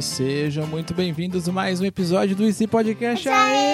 Sejam muito bem-vindos a mais um episódio do IC Podcast. Aê!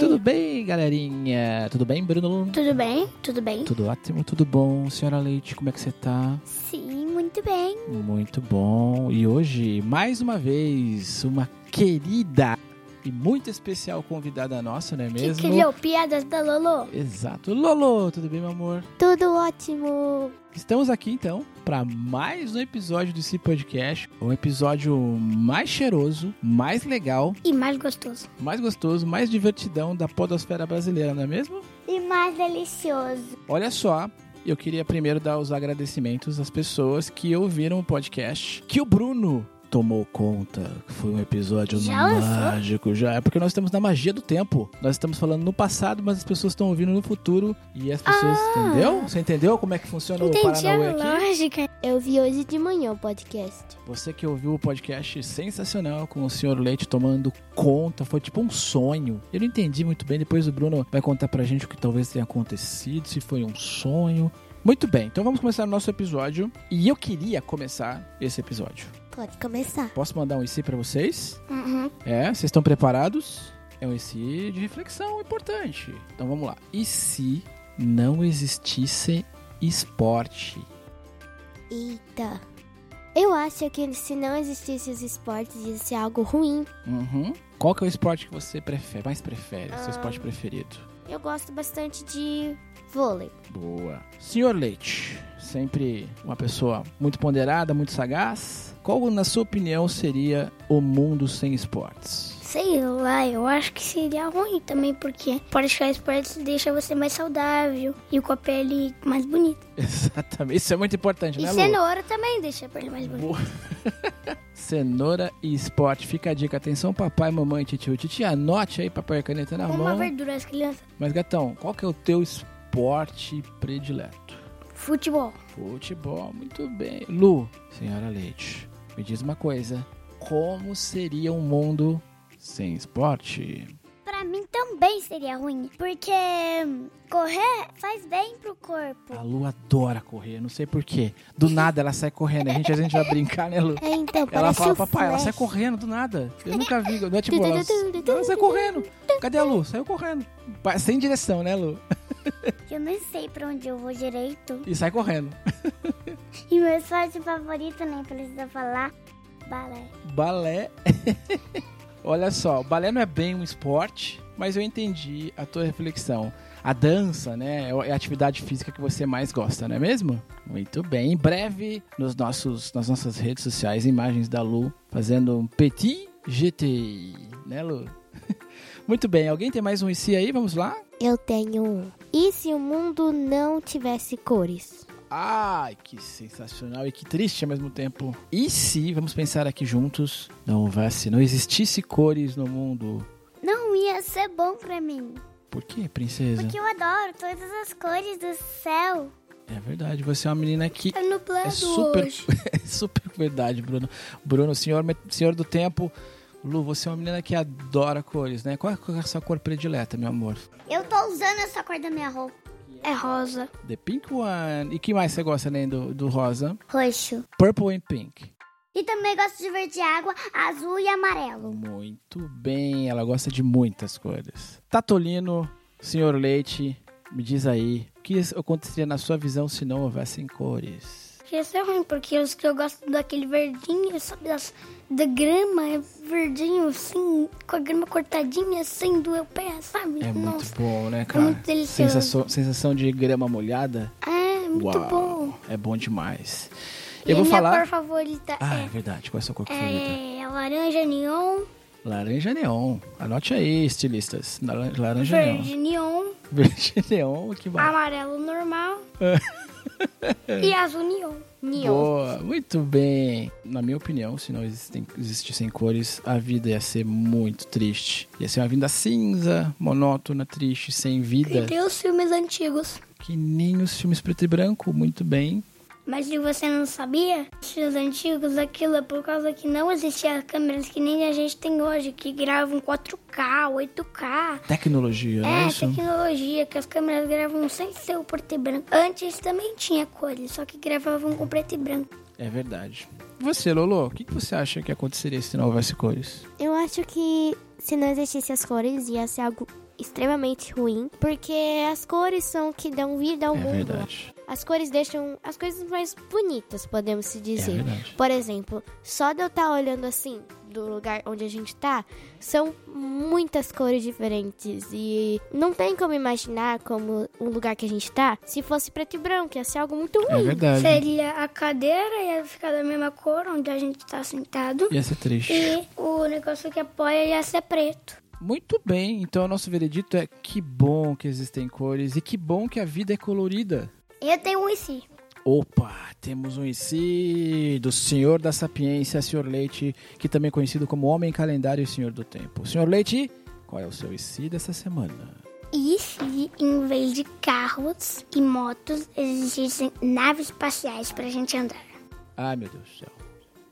Tudo bem, galerinha? Tudo bem, Bruno? Tudo bem? Tudo bem? Tudo ótimo, tudo bom. Senhora Leite, como é que você tá? Sim, muito bem. Muito bom. E hoje, mais uma vez, uma querida e muito especial convidada nossa, não é Que mesmo? criou piadas da Lolo? Exato. Lolo, tudo bem, meu amor? Tudo ótimo. Estamos aqui então para mais um episódio do Si Podcast, um episódio mais cheiroso, mais legal, E mais gostoso. mais gostoso, mais divertidão da podosfera brasileira, não é mesmo? E mais delicioso. Olha só, eu queria primeiro dar os agradecimentos às pessoas que ouviram o podcast, que o Bruno tomou conta, que foi um episódio Já lançou? mágico, já é porque nós estamos na magia do tempo. Nós estamos falando no passado, mas as pessoas estão ouvindo no futuro e as pessoas, entendeu? Você entendeu como é que funciona o Ah! Entendi a Paranauê aqui? lógica. Eu vi hoje de manhã o podcast. Você que ouviu o podcast sensacional com o Senhor Leite tomando conta, foi tipo um sonho. Eu não entendi muito bem, depois o Bruno vai contar pra gente o que talvez tenha acontecido, se foi um sonho. Muito bem, então vamos começar o nosso episódio. E eu queria começar esse episódio. Pode começar. Posso mandar um IC pra vocês? Uhum. É, vocês estão preparados? É um IC de reflexão importante. Então vamos lá. E se não existisse esporte? Eita. Eu acho que se não existisse os esportes, ia ser algo ruim. Uhum. Qual que é o esporte que você prefere, mais prefere, seu esporte preferido? Eu gosto bastante de vôlei. Boa. Senhor Leite, sempre uma pessoa muito ponderada, muito sagaz. Qual, na sua opinião, seria o mundo sem esportes? Sei lá, eu acho que seria ruim também, porque praticar esportes deixa você mais saudável e com a pele mais bonita. Exatamente. Isso é muito importante, E né, Lu? cenoura também deixa a pele mais bonita. Boa. Cenoura e esporte. Fica a dica. Atenção, papai, mamãe, tio, titi. Anote aí, papai, caneta na Uma mão. verdura as crianças. Mas, gatão, qual que é o teu esporte predileto? Futebol. Futebol, muito bem. Lu, senhora Leite, me diz uma coisa. Como seria um mundo sem esporte? Pra mim também seria ruim, porque hum, correr faz bem pro corpo. A Lu adora correr, não sei porquê. Do nada ela sai correndo. A gente, a gente vai brincar, né, Lu? É, então, Ela parece fala, um papai, ela flash. sai correndo do nada. Eu nunca vi. Não é tipo, ela, ela sai correndo. Cadê a Lu? Saiu correndo. Pa- Sem direção, né, Lu? Eu não sei pra onde eu vou direito. E sai correndo. E meu esporte favorito, nem precisa falar, balé. Balé. Olha só, balé não é bem um esporte, mas eu entendi a tua reflexão. A dança, né, é a atividade física que você mais gosta, não é mesmo? Muito bem. Em breve, nos nossos, nas nossas redes sociais, imagens da Lu fazendo um petit GT, né, Lu? Muito bem. Alguém tem mais um IC aí? Vamos lá? Eu tenho um. E se o mundo não tivesse cores? Ai, que sensacional e que triste ao mesmo tempo. E se, vamos pensar aqui juntos, não houvesse, não existisse cores no mundo? Não ia ser bom pra mim, Por quê, princesa? porque eu adoro todas as cores do céu. É verdade, você é uma menina que Tá nublado é super, hoje. é super verdade, Bruno. Bruno, senhor, me- senhor do tempo, Lu, você é uma menina que adora cores, né? Qual é qual é a sua cor predileta, meu amor? Eu tô usando essa cor da minha roupa. É rosa. The pink one. E que mais você gosta além do, do rosa? Roxo. Purple and pink. E também gosto de verde água, azul e amarelo. Muito bem, ela gosta de muitas cores. Tatolino, senhor Leite, me diz aí, o que aconteceria na sua visão se não houvessem cores? Ia ser ruim, porque os que eu gosto daquele verdinho, sabe, das, da grama, é verdinho assim, com a grama cortadinha, sem doer o pé, sabe? É muito Nossa, bom, né, cara? muito delicioso. Sensação, sensação de grama molhada. é muito Uau, bom. É bom demais. e Eu vou a minha falar. cor favorita Ah, é verdade. Qual é a sua cor é, favorita? é laranja neon, Laranja neon. Anote aí, estilistas. Laran- Laranja neon. verde neon, Verde neon, que bom. amarelo normal e azul neon. Neon. Boa, muito bem. Na minha opinião, se não existem, existissem cores, a vida ia ser muito triste. Ia ser uma vida cinza, monótona, triste, sem vida. E os filmes antigos. Que nem os filmes preto e branco, muito bem. Mas se você não sabia, os filmes antigos, aquilo é por causa que não existia câmeras que nem a gente tem hoje, que gravam 4K, 8K. Tecnologia, não É, é isso? tecnologia, que as câmeras gravam sem ser o preto e branco. Antes também tinha cores, só que gravavam com preto e branco. É verdade. Você, Lolo, o que, que você acha que aconteceria se não houvesse cores? Eu acho que se não existissem as cores, ia ser algo extremamente ruim, porque as cores são o que dão vida ao é mundo. verdade. As cores deixam as coisas mais bonitas, podemos se É dizer. verdade. Por exemplo, só de eu estar olhando assim do lugar onde a gente tá, são muitas cores diferentes e não tem como imaginar como o lugar que a gente tá, se fosse preto e branco, ia ser algo muito É ruim. verdade. Seria a cadeira ia ficar da mesma cor onde a gente tá sentado. Ia ser triste. E o negócio que apoia ia ser preto. Muito bem, então o nosso veredito é que bom que existem cores e que bom que a vida é colorida. Eu tenho um e se. Opa, temos um IC do Senhor da Sapiência, Senhor Leite, que também é conhecido como Homem Calendário e Senhor do Tempo. Senhor Leite, qual é o seu IC dessa semana? E se, em vez de carros e motos, existissem naves espaciais pra gente andar? Ai, meu Deus do céu.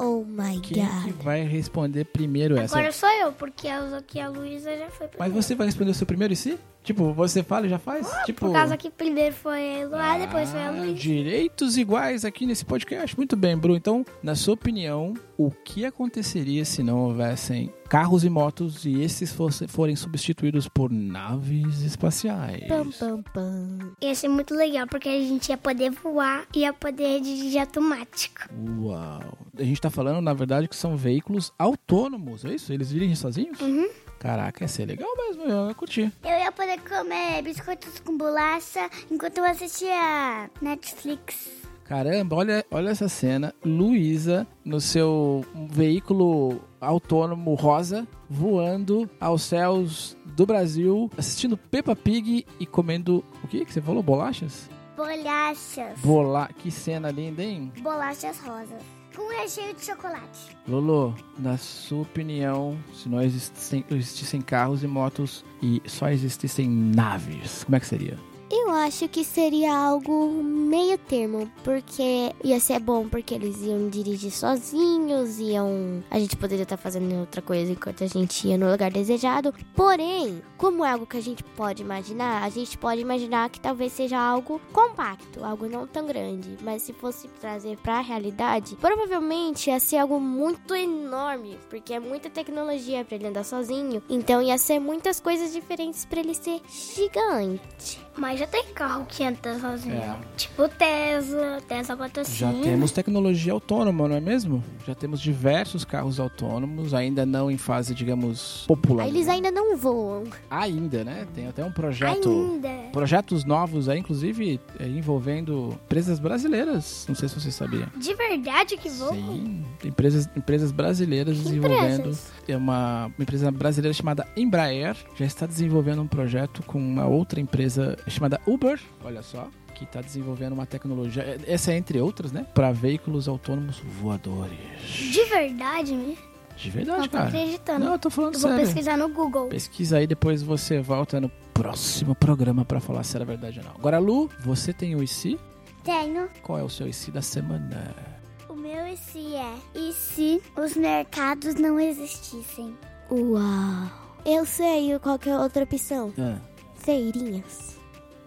Oh my Quem que vai responder primeiro essa? Agora sou eu, porque a, aqui a Luísa já foi Mas primeiro. você vai responder o seu primeiro IC? Tipo, você fala e já faz? tipo, Por causa que primeiro foi a Eloá, depois foi a Ah, Luísa. Direitos iguais aqui nesse podcast. Muito bem, Bru. Então, na sua opinião, o que aconteceria se não houvessem carros e motos e esses fosse- forem substituídos por naves espaciais? Pam, pam, pam. Ia ser muito legal, porque a gente ia poder voar e ia poder dirigir automático. Uau. A gente tá falando, na verdade, que são veículos autônomos, é isso? Eles dirigem sozinhos? Uhum. Caraca, ia ser legal mesmo, eu ia curtir. Eu ia poder comer biscoitos com bolacha enquanto eu assistia Netflix. Caramba, olha, olha essa cena. Luísa, no seu veículo autônomo rosa, voando aos céus do Brasil, assistindo Peppa Pig e comendo. O que que você falou? Bolachas? Bolachas. Bola. Que cena linda, hein? Bolachas rosas. Com recheio de chocolate. Lolo, na sua opinião, se não existissem, existissem carros e motos e só existissem naves, como é que seria? Eu acho que seria algo meio termo, porque ia ser bom porque eles iam dirigir sozinhos, iam. A gente poderia estar fazendo outra coisa enquanto a gente ia no lugar desejado. Porém, como é algo que a gente pode imaginar, a gente pode imaginar que talvez seja algo compacto, algo não tão grande. Mas se fosse trazer pra realidade, provavelmente ia ser algo muito enorme, porque é muita tecnologia pra ele andar sozinho. Então ia ser muitas coisas diferentes pra ele ser gigante. Mas já tem carro que anda sozinho. Tipo o Tesla, Tesla É. Já patrocina. temos tecnologia autônoma, não é mesmo? Já temos diversos carros autônomos, ainda não em fase, digamos, popular. Aí eles ainda não voam. Ainda, né? Tem até um projeto. Ainda. Projetos novos aí, inclusive eh, envolvendo empresas brasileiras. Não sei se você sabia. De verdade que vou. Sim, empresas, empresas brasileiras desenvolvendo. É uma, uma empresa brasileira chamada Embraer. Já está desenvolvendo um projeto com uma outra empresa chamada Uber. Olha só. Que está desenvolvendo uma tecnologia. eh, Essa é entre outras, né? Para veículos autônomos voadores. De verdade, me. De Não verdade, tô cara. acreditando. Não, eu tô falando Eu vou sério. pesquisar no Google. Pesquisa aí, depois você volta no próximo programa pra falar se era verdade ou não. Agora, Lu, você tem o IC? Tenho. Qual é o seu IC da semana? O meu e se é. E se os mercados não existissem? Uau. Eu sei o- qual que é a outra opção. Feirinhas.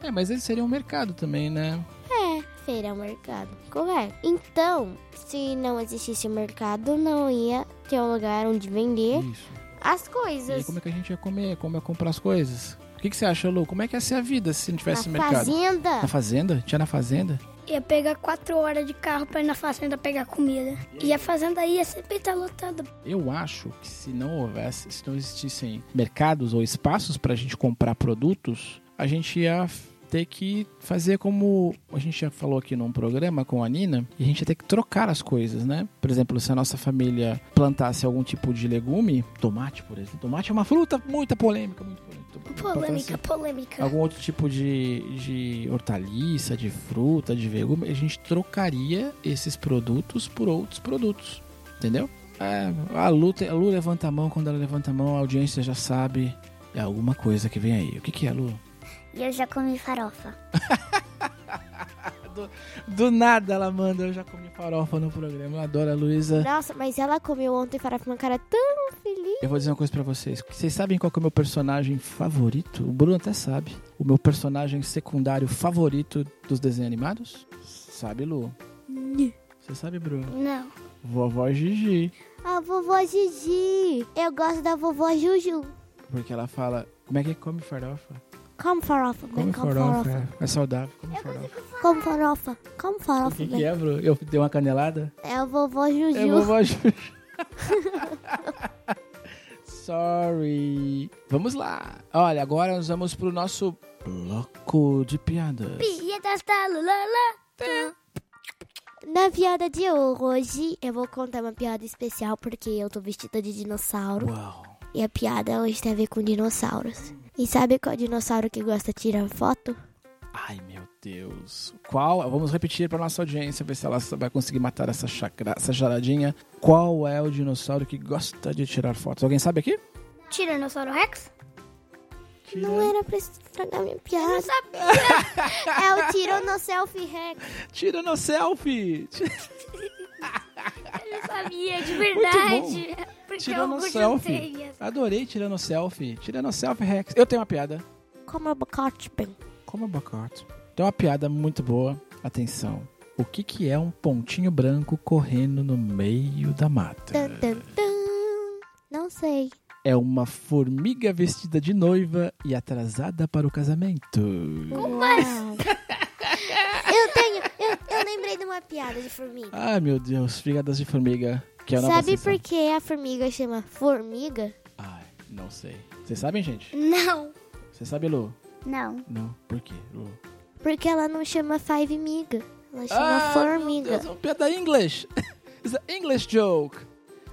É, mas ele seria um mercado também, né? É, feira é o mercado. Correto. Então, se não existisse o mercado, não ia ter um lugar onde vender Isso. as E aí, coisas. como é que a gente ia comer? Como ia comprar as coisas? O que, que você acha, Lu? Como é que ia ser a vida se não tivesse Na mercado? fazenda. Na fazenda? Tinha na fazenda? Ia pegar quatro horas de carro pra ir na fazenda pegar comida. E a fazenda ia sempre estar lotada. Eu acho que se não houvesse, se não existissem mercados ou espaços para a gente comprar produtos, a gente ia f- ter que fazer como a gente já falou aqui num programa com a Nina, e a gente ia ter que trocar as coisas, né? Por exemplo, se a nossa família plantasse algum tipo de legume, tomate, por exemplo. Tomate é uma fruta muita polêmica, muito polêmica. Polêmica, polêmica. Algum outro tipo de, de hortaliça, de fruta, de legume, a gente trocaria esses produtos por outros produtos. Entendeu? É, a, Lu, te- a Lu levanta a mão, quando ela levanta a mão, a audiência já sabe. É alguma coisa que vem aí. O que, que é, Lu? E eu já comi farofa. Do nada ela manda, eu já comi farofa no programa. Eu adoro a Luísa. Nossa, mas ela comeu ontem farofa com uma cara tão feliz. Eu vou dizer uma coisa pra vocês. Vocês sabem qual que é o meu personagem favorito? O Bruno até sabe. O meu personagem secundário favorito dos desenhos animados? Sabe, Lu? Você sabe, Bruno? Não. Vovó Gigi. A vovó Gigi. Eu gosto da vovó Juju. Porque ela fala. Como é que come farofa? Come farofa, Come bem, come farofa. farofa. É, é saudável, come farofa. Come farofa, come O farofa, que, que bem. é, Bruno? Eu dei uma canelada? É a vovó É Juju. vovó Gigi. Sorry. Vamos lá. Olha, agora nós vamos pro nosso bloco de piadas. tá, Piadas da Lulala. Na piada de hoje, eu vou contar uma piada especial porque eu tô vestida de dinossauro. Uau. E a piada hoje tem a ver com dinossauros. E sabe qual dinossauro que gosta de tirar foto? Ai, meu Deus. Qual? Vamos repetir para nossa audiência, ver se ela vai conseguir matar essa, chacra, essa charadinha. Qual é o dinossauro que gosta de tirar fotos? Alguém sabe aqui? Tiranossauro Rex? Não era pra estragar minha piada. é o Tironoselfie Rex. Tira no selfie! Eu sabia, de verdade. verdade. Porque Tira no selfie. Adorei tirando selfie. Tirando selfie, Rex. Eu tenho uma piada. Como a bocote, bem. Como abacate. Tem uma piada muito boa. Atenção. O que, que é um pontinho branco correndo no meio da mata? Tan, tan, tan. Não sei. É uma formiga vestida de noiva e atrasada para o casamento. Uau. eu tenho, eu, eu lembrei de uma piada de formiga. Ai, meu Deus. Fígadas de formiga. Que é a nova Sabe sensação. por que a formiga chama formiga? Ai, não sei. Vocês sabem, gente? Não. Você sabe, Lu? Não. Não. Por quê, Lu? Porque ela não chama five miga. Ela chama Ah, formiga. meu Deus, é uma piada English. It's an é English joke.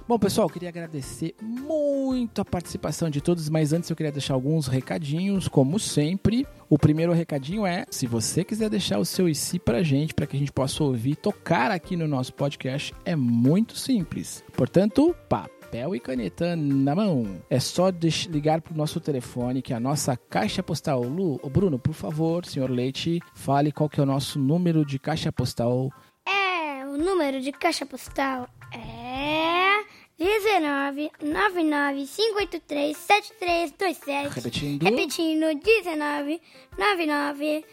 Bom, pessoal, eu queria agradecer muito a participação de todos, mas antes eu queria deixar alguns recadinhos, como sempre. O primeiro recadinho é, se você quiser deixar o seu IC pra gente, para que a gente possa ouvir e tocar aqui no nosso podcast, é muito simples. Portanto, papel e caneta na mão. É só deix- ligar pro nosso telefone, que é a nossa caixa postal. Lu, ô Bruno, por favor, senhor Leite, fale qual que é o nosso número de caixa postal É, o número de caixa postal é 19 99 583 7327. Repetindo. Repetindo, 19 99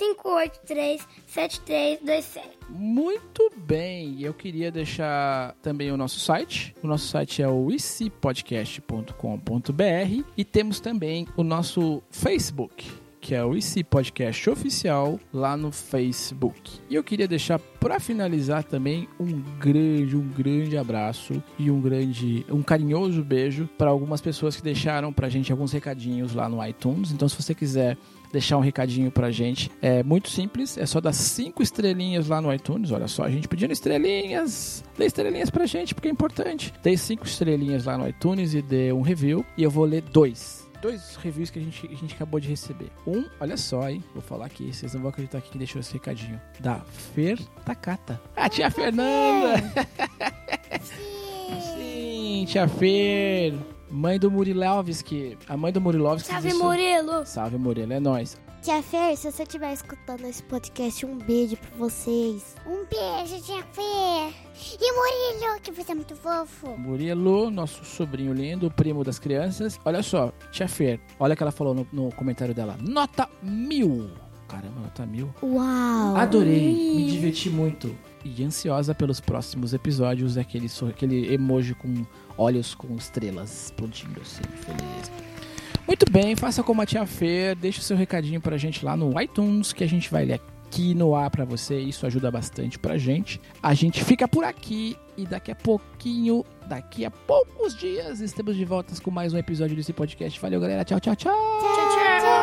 583 7327. Muito bem. Eu queria deixar também o nosso site. O nosso site é o icpodcast.com.br e temos também o nosso Facebook, que é o IC Podcast Oficial lá no Facebook. E eu queria deixar para finalizar também um grande, um grande abraço e um grande, um carinhoso beijo para algumas pessoas que deixaram pra gente alguns recadinhos lá no iTunes. Então se você quiser deixar um recadinho pra gente. É muito simples, é só dar cinco estrelinhas lá no iTunes. Olha só, a gente pedindo estrelinhas. Dê estrelinhas pra gente, porque é importante. Dê cinco estrelinhas lá no iTunes e dê um review. E eu vou ler dois. Dois reviews que a gente, a gente acabou de receber. Um, olha só, hein? Vou falar aqui, vocês não vão acreditar que quem deixou esse recadinho. Da Fer Takata. A tia Fernanda! É. Sim, tia Fer. Mãe do Murilovski. A mãe do Murilovski. Salve, deixou- Murilo. Salve, Murilo, é nóis. Tia Fer, se você estiver escutando esse podcast, um beijo pra vocês. Um beijo, Tia Fê. E o Murilo, que você é muito fofo. Murilo, nosso sobrinho lindo, primo das crianças. Olha só, Tia Fer, olha o que ela falou no, no comentário dela. Nota mil. Caramba, nota mil. Uau! Adorei, me diverti muito. E ansiosa pelos próximos episódios, aquele, sor- aquele emoji com olhos com estrelas explodindo assim, feliz. Muito bem, faça como a tia Fer, deixa o seu recadinho pra gente lá no iTunes, que a gente vai ler aqui no ar pra você, isso ajuda bastante pra gente. A gente fica por aqui e daqui a pouquinho, daqui a poucos dias, estamos de volta com mais um episódio desse podcast. Valeu, galera, tchau, tchau, tchau. tchau.